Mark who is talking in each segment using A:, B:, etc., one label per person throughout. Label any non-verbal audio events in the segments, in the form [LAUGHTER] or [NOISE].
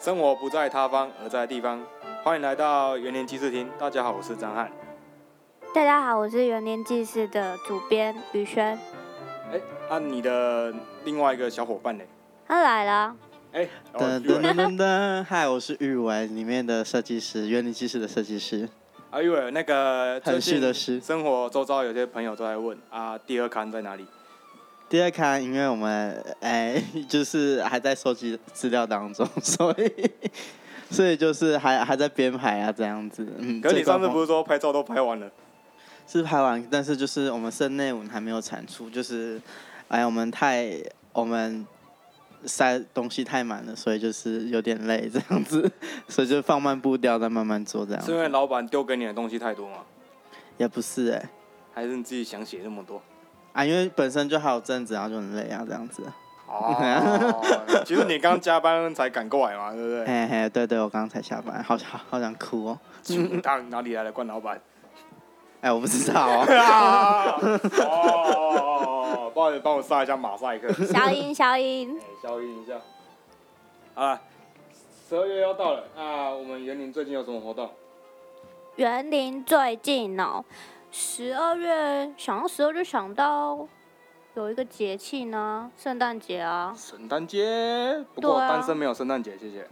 A: 生活不在他方，而在地方。欢迎来到园林记事厅，大家好，我是张翰。
B: 大家好，我是园林纪事的主编宇轩，
A: 哎，啊，你的另外一个小伙伴呢？
B: 他来了。
A: 哎， [LAUGHS] 哦，
C: 噔
A: 玉
C: 噔
A: 伟，
C: 噔噔噔，嗨，我是玉文里面的设计师，园林技师的设计师。
A: 啊，玉伟，那个最
C: 很是的
A: 近
C: 是
A: 生活周遭有些朋友都在问啊，第二刊在哪里？
C: 第二刊，因为我们哎、 [LAUGHS] 就是还在收集资料当中， [LAUGHS] 所以所以就是还还在编排啊，这样子。嗯，
A: 可是你
C: 最
A: 上
C: 官
A: 次
C: 方
A: 不是说拍照都拍完了？
C: 是拍完，但是就是我们社内文还没有产出，就是哎，我们太我们塞东西太满了，所以就是有点累这样子， [LAUGHS] 所以就放慢步调，再慢慢做这样
A: 是因
C: 子。
A: 为老板丢给你的东西太多吗？
C: 也不是哎、
A: 还是你自己想写那么多？
C: 啊，因为本身就还有阵子，然后就很累啊，这样子。
A: 哦，其实你刚加班才赶过来嘛，对不对？
C: 嘿嘿，对对，我刚刚才下班，好想好想哭哦。
A: 请当哪里来的冠老板？
C: 哎、我不知道
A: [LAUGHS]
C: 哦。
A: 啊！哦，帮我帮我杀一下马赛克，
B: 小英，小英
A: 哎，消音一下。啊，十二月要到了，那我们园林最近有什么活动？
B: 园林最近哦，十二月想到十二就想到有一个节气呢，圣诞节啊。
A: 圣诞节，不
B: 对
A: 过
B: 啊
A: 单身没有圣诞节，谢谢。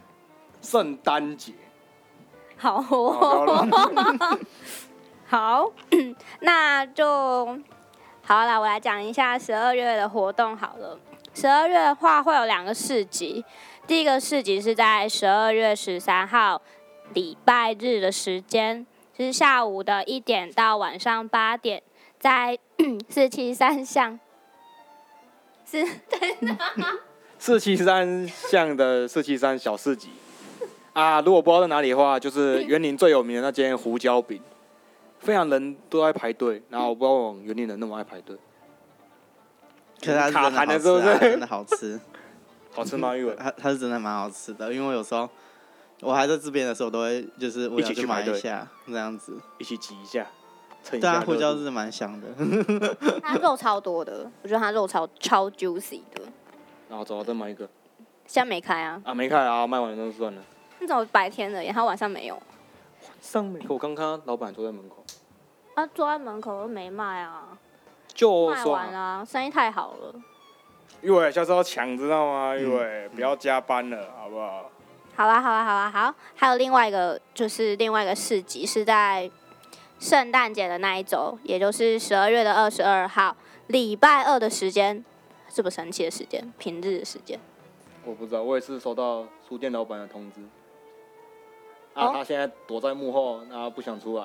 A: 圣诞
C: [LAUGHS]
A: 节，
B: 好
A: 哦不要
B: 哦，
A: 乱讲
B: 好， [CLEARS THROAT] 那就好啦，我来讲一下十二月的活动好了。十二月的话会有两个市集，第一个市集是在十二月十三号礼拜日的时间，就是下午的一点到晚上八点，在 [CLEARS THROAT] 四七三巷。是
A: 四七三巷的四七三小市集啊，如果不知道在哪里的话，
C: [LAUGHS]
A: 就是园林最有名的那间胡椒饼，非常人都在排队，然后我不知道我们园林人那么爱排队，
C: 可是它是
A: 卡痰
C: 真的好
A: 了是
C: 吃、
A: 不
C: 啊，
A: 是
C: 真的好吃。
A: 好吃吗？玉
C: [LAUGHS]
A: 文？
C: 它它是真的蛮好吃的，因为我有时候我还在这边的时候，我都会就是无
A: 一
C: 聊
A: 起去
C: 就买
A: 排队
C: 一下这样子。
A: 一起挤一下，蹭一
C: 对
A: 下
C: 啊，
A: 热度。
C: 胡椒是蛮香的。 [LAUGHS]
B: 它肉超多的，我觉得它肉超超 juicy 的，
A: 然后走了再买一个
B: 现在没开啊，
A: 啊，没看啊，卖完了就算了。
B: 那种白天的，然后晚上没有。
A: 上面哎我刚看到老板坐在门口，
B: 啊，坐在门口又没卖啊，
A: 就
B: 卖
A: 说
B: 完啊，生意太好了。
A: 玉伟下次要抢，知道吗？玉伟不要加班了，好不好？
B: 好啦，好啦，啊好啦，好。还有另外一个，就是另外一个市集是在圣诞节的那一周，也就是十二月的二十二号，礼拜二的时间，这么神奇的时间，平日的时间。
A: 我不知道，我也是收到书店老板的通知。
B: 哦
A: 啊，他现在躲在幕后，那他不想出来。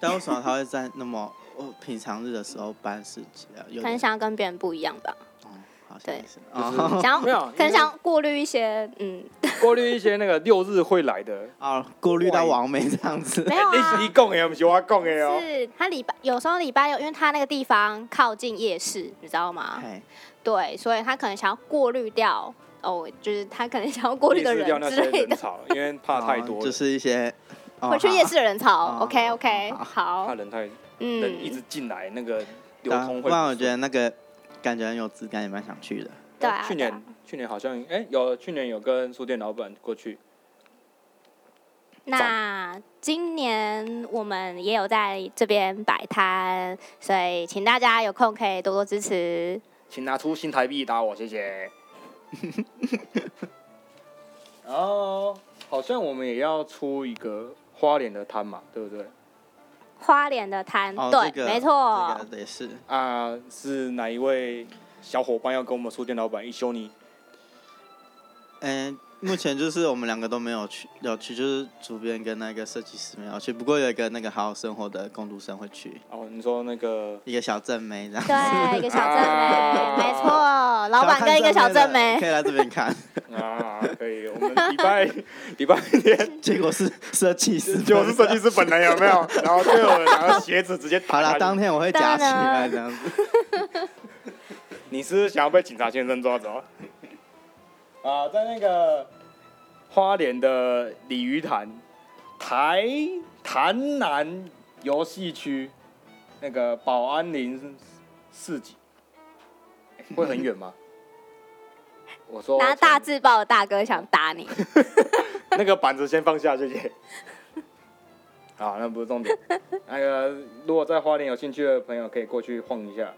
C: 但为什么它会在那么我平常日的时候办市集啊？有
B: 可能
C: 点
B: 想要跟别人不一样吧，
C: 嗯好像
B: 对
C: 也是
A: 就
C: 哦 [LAUGHS]
A: 是
B: 想要 [LAUGHS]
A: 没有
B: 可能想要过滤一些，嗯，
A: 过滤一些那个六日会来
B: [LAUGHS]
A: 的。
C: 哦，过滤到完美这样
A: [LAUGHS]
C: 子。
B: 没有啊
A: 你，是你讲的，不是我讲的哦。
B: 是他礼拜有时候礼拜六，因为他那个地方靠近夜市，你知道吗？
C: 嘿
B: 对，所以他可能想要过滤掉哦，就是他可能想要过滤的
A: 意识掉那
B: 之
A: 些
B: 类
A: 人
B: 的，
A: 潮，因为怕太多了，
C: 就是一些。哦
B: 回去夜市的人潮
C: 哦。
B: OK
C: 好
B: OK，
C: 好
A: 怕
B: 好，
A: 人太人一
B: 嗯，
A: 直进来，那个流
C: 好
A: 通
C: 不
A: 会。
C: 然我觉得嗯那个感觉很有质感，也蛮想去的。
B: 对啊
A: 去
B: 对啊
A: 年去年好像哎、有去年有跟书店老板过去，
B: 那今年我们也有在这边摆摊，所以请大家有空可以多多支持。
A: 请拿出新台币打我，谢谢。 [LAUGHS] 然后哦好像我们也要出一个花脸的摊嘛，对不对？
B: 花莲的
A: 嗯
B: 摊，
C: 哦，
B: 对，
C: 这个
B: 没错，
C: 这个也是。
A: 啊、是哪一位小伙伴要跟我们书店老板一休你？
C: 嗯，目前就是我们两个都没有去，有去就是主编跟那个设计师没有去，不过有一个那个好好生活的工读生会去，
A: 哦，你说那个
C: 一个小正妹这样。 [LAUGHS]
B: 对，一个小正
A: 啊
B: 妹，没错，老板跟一个小
C: 想要看
B: 正
C: 正的
B: 妹
C: 可，以来这边看，
A: 啊，可以，我们礼
C: [LAUGHS]
A: 拜礼拜天
C: 结果是设计
A: [LAUGHS]
C: 师，
A: 就是设计师本人有没有？然后就有人拿鞋子直接打
C: 好啦，
A: 下
C: 当
A: 去。
C: 天我会夹起来这样子。
A: 你是想要被警察先生抓走？ [LAUGHS] 啊，在那个花莲的鲤鱼潭台潭南游戏区那个保 [LAUGHS] 安林市集，欸会很远吗？我说
B: [LAUGHS] 拿大字报的大哥想打你。
A: 那个板子先放下，谢谢。 [LAUGHS] 好，那不是重点。那个如果在花莲有兴趣的朋友，可以过去晃一下。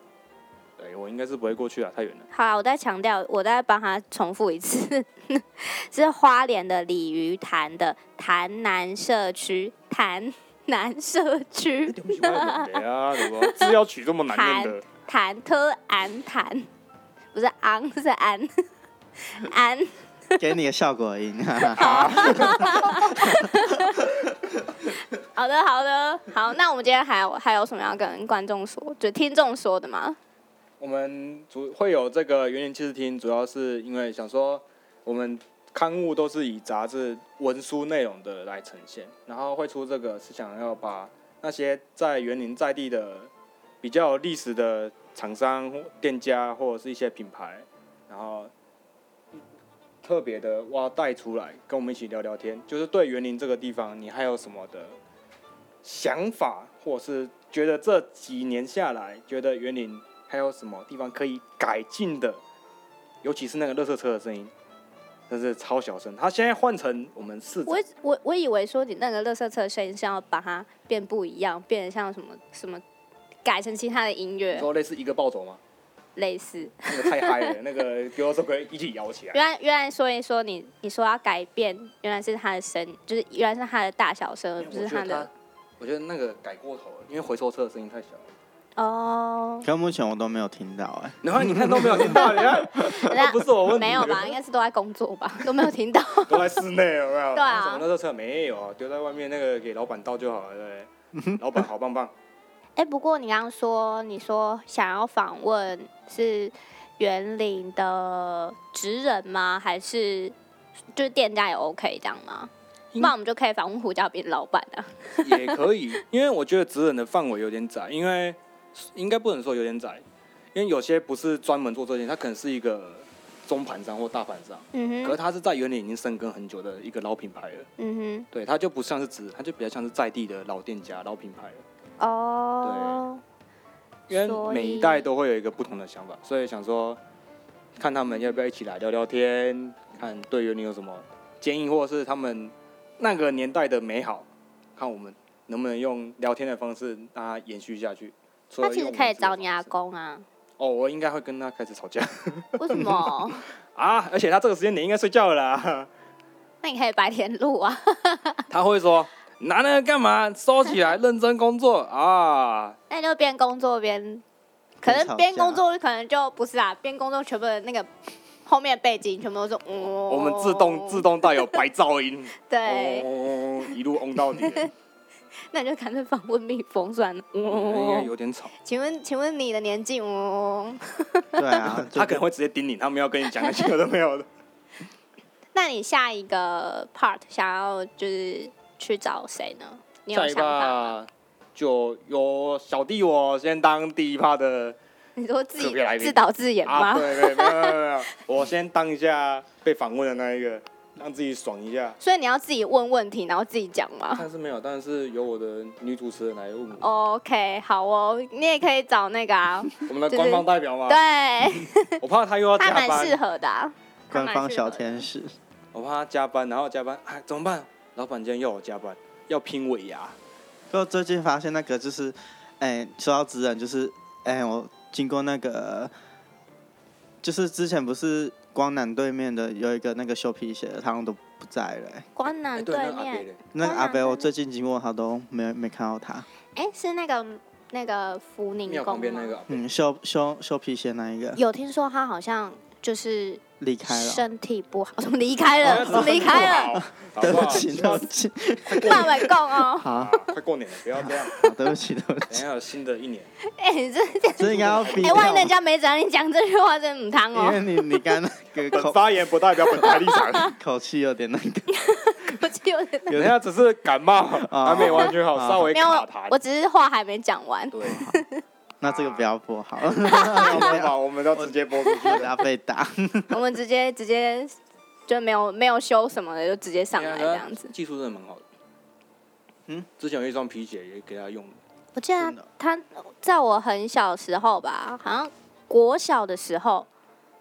A: 对我应该是不会过去啊，太远了。
B: 好啦，我再强调，我再帮他重复一次， [LAUGHS] 是花莲的鲤鱼潭的潭南社区，潭南社区，
A: 对不起，我也没啊，怎么字要取这么难念的？
B: 潭特安潭，不是昂是安 [LAUGHS] 安。
C: 给你个效果音。啊
B: 好的，好的，好。那我们今天还有还有什么要跟观众说，就听众说的吗？
A: 我们主会有这个园林纪事厅，主要是因为想说我们刊物都是以杂志文书内容的来呈现，然后会出这个是想要把那些在园林在地的比较有历史的厂商、或店家或者是一些品牌，然后特别的挖带出来，跟我们一起聊聊天，就是对园林这个地方，你还有什么的想法，或是觉得这几年下来，觉得园林还有什么地方可以改进的？尤其是那个垃圾车的声音，真是超小声。它现在换成我们市长
B: 我，我我以为说你那个乐色车声音是要把它变不一样，变得像什么什么，改成其他的音
A: 你
B: 乐
A: 说类似一个暴走吗？
B: 类似。
A: 那个太嗨了，那个给我手可以一起摇起来。
B: 原来原来所以说你你说要改变，原来是它的声，就是原来是它的大小声，而不是
A: 我觉得
B: 的
A: 它，我觉得那个改过头了，因为回收车的声音太小了。
B: 哦。 [LAUGHS]
C: 可目前我都没有听到哎、
A: 然后你看都没有听到，你
B: [LAUGHS]
A: 看
B: 那
A: 不是我问题
B: 没有吧？应该是都在工作吧，都没有听到。
A: 都在室内有没有？
B: 对啊
A: 什么垃圾车没有，丢在外面那个给老板倒就好了，对不对？老板好棒棒，
B: 哎、不过你刚刚说，你说想要访问是园林的职人吗？还是就是店家也 OK 这样吗？
A: 应
B: 那我们就可以访问胡椒饼老板啊。
A: 也可以，因为我觉得职人的范围有点窄，因为应该不能说有点窄，因为有些不是专门做这件，他可能是一个中盘商或大盘商，
B: 嗯
A: 可是
B: 哼，
A: 他是在园里已经深耕很久的一个老品牌了，
B: 嗯
A: 对，他就不像是职人，他就比较像是在地的老店家、老品牌了。
B: 哼，哦，
A: 因为
B: 所
A: 每一
B: 以
A: 代都会有一个不同的想法，所以想说，看他们要不要一起来聊聊天，看对园林有什么建议，或者是他们那个年代的美好，看我们能不能用聊天的方式让它延续下去。除了
B: 他其实
A: 用
B: 可以
A: 文字的
B: 找你
A: 方
B: 阿
A: 式 [LAUGHS]
B: 公啊。
A: 哦，我应该会跟他开始吵架
B: 为什么？
A: 啊！而且他这个时间点应该睡觉了啦， [LAUGHS]
B: 那你可以白天录啊。
A: 他会说拿那个干嘛？收起来，认真工作啊！
B: 那你就边工作边，可
C: 边
B: 能
C: 吵
B: 边
C: 架
B: 工作可能就不是啊，边工作全部的那个后面的背景全部都是哦。
A: 我们自动自动带有白噪音，
B: 对。
A: 哦，一路嗡到底了，
B: 那你就干脆访问蜜蜂算了。
A: 嗯应该
B: 哦，
A: 有点吵。
B: 请问，请问你的年纪？哦，
C: 对
A: [LAUGHS]
C: 啊，就
A: 他可能会直接盯你，他没有跟你讲那些有的没有的。
B: 那你下一个 part 想要就是去找谁呢？你有
A: 下一
B: 想法？
A: 趴就由小弟我先当第一趴的
B: 你说自己
A: 特别来宾
B: 自导自演
A: 啊，
B: 吗？
A: 对对，没有没有没有，我先当一下被访问的那一个，让自己爽一下。
B: 所以你要自己问问题，然后自己讲吗
A: 但是没有，但是由我的女主持人来问我，
B: ？OK，好哦，你也可以找那
A: [LAUGHS]
B: 个啊，
A: 我们的官方代表嘛。 [LAUGHS]
B: 对，
A: 我怕他又要
B: 他
A: 加
B: 蛮适
A: 班，
B: 合的啊。
C: 官方小天
B: 使，
C: 使，
A: 我怕他加班，然后加班，哎，怎么办？老板今天要我加班，要拼尾牙。
C: 可我最近发现那个就是，哎、说到职人就是，哎、我经过那个，就是之前不是光南对面的有一个那个修皮鞋的，他们都不在了、哎
B: 关
A: 哎，
B: 南
A: 对，那
B: 对
A: 个阿北
B: 面，
A: 嘞，
C: 那个
B: 光南
C: 阿
B: 对
C: 北，
B: 面
C: 我最近经过他都没有没看到他。
B: 哎，是那个那个福宁
A: 庙
B: 宫
A: 旁边
B: 吗
A: 那个阿伯，
C: 嗯，修修修皮鞋那一个
B: 有听说他好像就是
C: 离开了，
B: 身体不好，怎么离开了？怎么离开了？
A: 好，
C: 对
A: 好
C: 不
A: 好
C: 起，对不起，
B: 慢慢供哦。
A: 啊
C: 好，
A: 快过年了，不要这样。
C: 好对不起，对不
A: [LAUGHS] 等一
C: 起，
A: 下有新的一年，
B: 哎、你这
C: 这应该要逼
B: 哎、万一人
C: 掉，
B: 家没怎样，你讲这句话真的很汤
C: 因为
B: 哦，
C: 你你刚那个
A: 本
C: 口
A: 发言不代表本台立场。
C: 口气有点那个，
B: 我就有点
A: 等一下只是感冒，还没完全好，
C: 啊
A: 稍微
B: 没有
A: 卡痰。
B: 我只是话还没讲 [LAUGHS] 完。
A: 对，
C: 那这个不要
A: [LAUGHS]
C: 播好了，
A: 好我们把我们要直接播出去
C: 我要被打。
B: 我们直接直接就没有没有修什么的，就直接上来这样子。
A: 技术真的蛮好的。
C: 嗯，
A: 之前有一双皮鞋也给他用，
B: 我记得
C: 真的
B: 他在我很小时候吧，好像国小的时候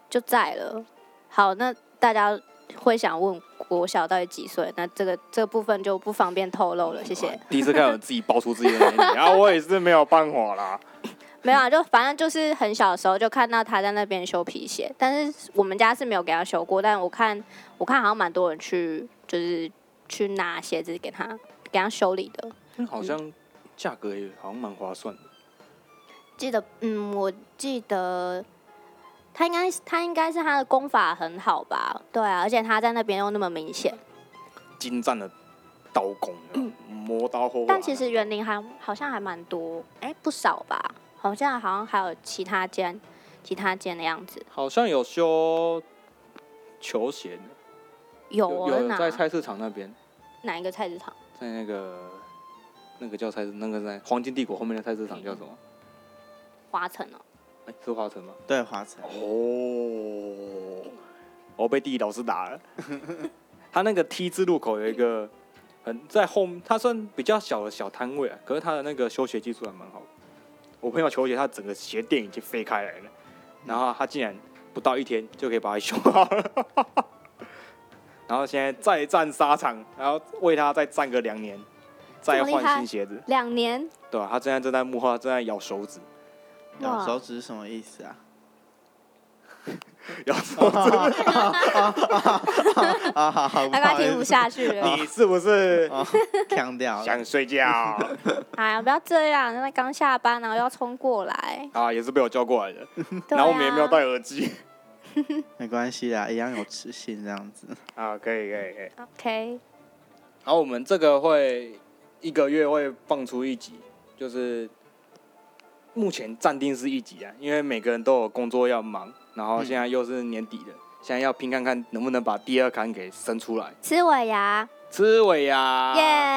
B: 就在了，好，那大家会想问国小到底几岁？那这个这个部分就不方便透露了，谢谢。
A: 第一次看到自己爆出自己的年龄，然后我也是没有办法啦。
B: 没有啊，就反正就是很小的时候就看到他在那边修皮鞋，但是我们家是没有给他修过，但我看我看好像蛮多人去就是去拿鞋子给他给他修理的。
A: 好像价格也好像蛮划算的，
B: 记得，嗯，我记得他应该是他应该是他的功法很好吧？对啊，而且他在那边又那么明显。
A: 精湛的刀工，磨刀霍霍。
B: 但其实园林还好像还蛮多，哎、不少吧？好像好像还有其他间其他间的样子，
A: 好像有修球鞋的，
B: 有
A: 有
B: 哦
A: 有
B: 哪
A: 在菜市场那边，
B: 哪一个菜市场？
A: 在那个那个叫菜市，那个在黄金帝国后面的菜市场叫什么？
B: 花城哦，
A: 哎、是华城吗？
C: 对，华晨。
A: 哦，我被地理老师打
B: [LAUGHS]
A: 了。他那个 T 字路口有一个很在后，它算比较小的小摊位、啊，可是他的那个修鞋技术还蛮好的。我朋友球鞋，他整个鞋垫已经飞开来了，
B: 嗯
A: 然后他竟然不到一天就可以把它修好了。 [LAUGHS] 然后现在再战沙场，然后为他再战个两年，再
B: 这么厉害
A: 换新鞋子，
B: 两年
A: 对啊吧、他现在正在幕后正在咬手指，
C: 咬手指是什么意思啊？
A: 咬手指。
B: [LAUGHS]
C: 啊，好好，
B: 大概听不下去了。
A: 你是不是
C: 强调了。
A: 想睡觉？ [LAUGHS]
B: 哎呀，不要这样，那刚下班然后又要冲过来，
A: 啊，也是被我叫过来的，
B: 对
A: 嗯然后我们
B: 啊
A: 也没有戴耳机
C: 没关系啦，一样有磁性这样子。
A: [LAUGHS] 啊，可以可以可以。
B: OK，
A: 然后我们这个会一个月会放出一集，就是目前暂定是一集啊，因为每个人都有工作要忙，然后现在又是年底了，现在要拼看看能不能把第二刊给生出来，
B: 吃尾牙，
A: 吃尾牙，
B: 耶！
A: 啊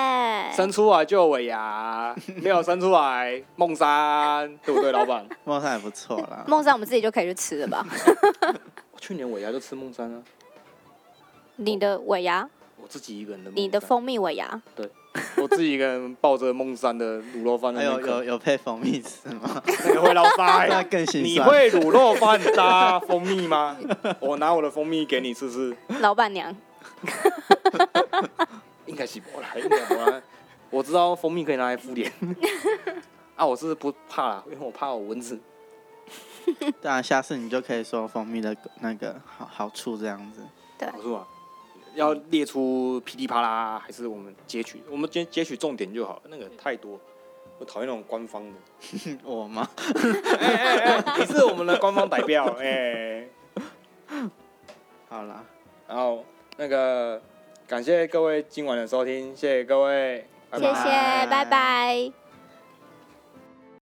A: 生出来就有尾牙，没有生出来梦山，对不对，老 [LAUGHS] 板？
C: 梦上也不错啦。
B: 梦上我们自己就可以去吃
A: [LAUGHS]
B: 了吧？
A: 去年尾牙就吃梦山啊，
B: 你的尾牙，
A: 我自己一个人的梦山，
B: 你的蜂蜜尾牙，
A: 我自己一个人抱着梦山的卤肉饭在
C: 还
A: 那
C: 有
A: 边啃
C: 有有配蜂蜜吃吗？
A: 那个会捞 [LAUGHS] 沙、
C: 那
A: 欸。
C: 更心
A: 你
C: 酸。
A: 会卤肉 [LAUGHS] 饭搭蜂蜜吗？我拿我的蜂蜜给你试试。
B: 老板娘，
A: 应该是不来，应该不来。我知道蜂蜜可以拿来敷脸。啊，我是不怕啦，因为我怕我蚊子。
C: 对啊，下次你就可以说蜂蜜的那个好好处这样子。
A: 我说啊，要列出噼里啪啦，还是我们截取？我们截截取重点就好，那个太多。我讨厌那种官方的。 [LAUGHS]
C: 嗯我吗？
A: 哎哎哎，你是我们的官方代表哎。
C: 好啦，
A: 然后那个感谢各位今晚的收听，谢谢各位，拜
B: 谢
A: 拜
B: 谢，拜拜。